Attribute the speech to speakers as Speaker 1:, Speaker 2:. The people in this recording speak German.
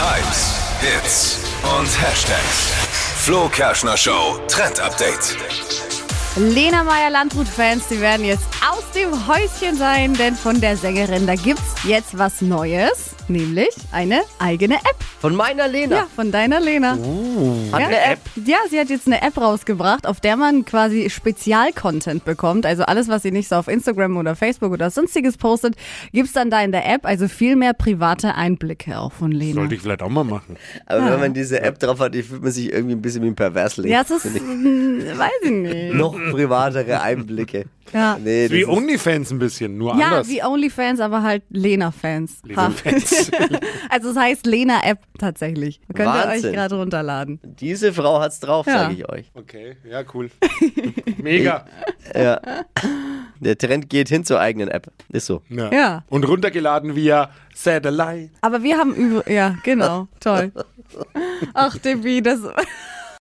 Speaker 1: Hypes, Hits und Hashtags. Flo Kerschner Show Trend Update.
Speaker 2: Lena Meyer Landrut-Fans, die werden jetzt aus dem Häuschen sein, denn von der Sängerin, da gibt's jetzt was Neues, nämlich eine eigene App.
Speaker 3: Von meiner Lena.
Speaker 2: Ja, von deiner Lena.
Speaker 3: Oh, Hat
Speaker 2: ja,
Speaker 3: eine App.
Speaker 2: Ja, sie hat jetzt eine App rausgebracht, auf der man quasi Spezialcontent bekommt. Also alles, was sie nicht so auf Instagram oder Facebook oder sonstiges postet, gibt's dann da in der App. Also viel mehr private Einblicke auch von Lena.
Speaker 4: Sollte ich vielleicht auch mal machen.
Speaker 3: Aber wenn man diese App drauf hat, ich fühlt man sich irgendwie ein bisschen wie ein Perversling.
Speaker 2: ja, es ist,
Speaker 3: Finde ich.
Speaker 2: mh, weiß ich nicht.
Speaker 3: Noch privatere Einblicke.
Speaker 2: Ja.
Speaker 3: Nee,
Speaker 4: Wie
Speaker 3: das ist,
Speaker 4: Onlyfans ein bisschen, nur
Speaker 2: Ja,
Speaker 4: anders.
Speaker 2: wie OnlyFans, aber halt Lena-Fans.
Speaker 4: Lena-Fans.
Speaker 2: Ha. also es heißt Lena-App tatsächlich. Könnt ihr
Speaker 3: Wahnsinn.
Speaker 2: euch gerade runterladen.
Speaker 3: diese Frau hat's drauf,
Speaker 2: Ja.
Speaker 3: sage ich euch.
Speaker 4: Okay, ja, cool. Mega.
Speaker 3: Der Trend geht hin zur eigenen App. Ist so.
Speaker 2: Ja.
Speaker 4: Und runtergeladen via Satellite.
Speaker 2: Aber wir haben über... Ja, genau. Toll. Ach, Debbie, das...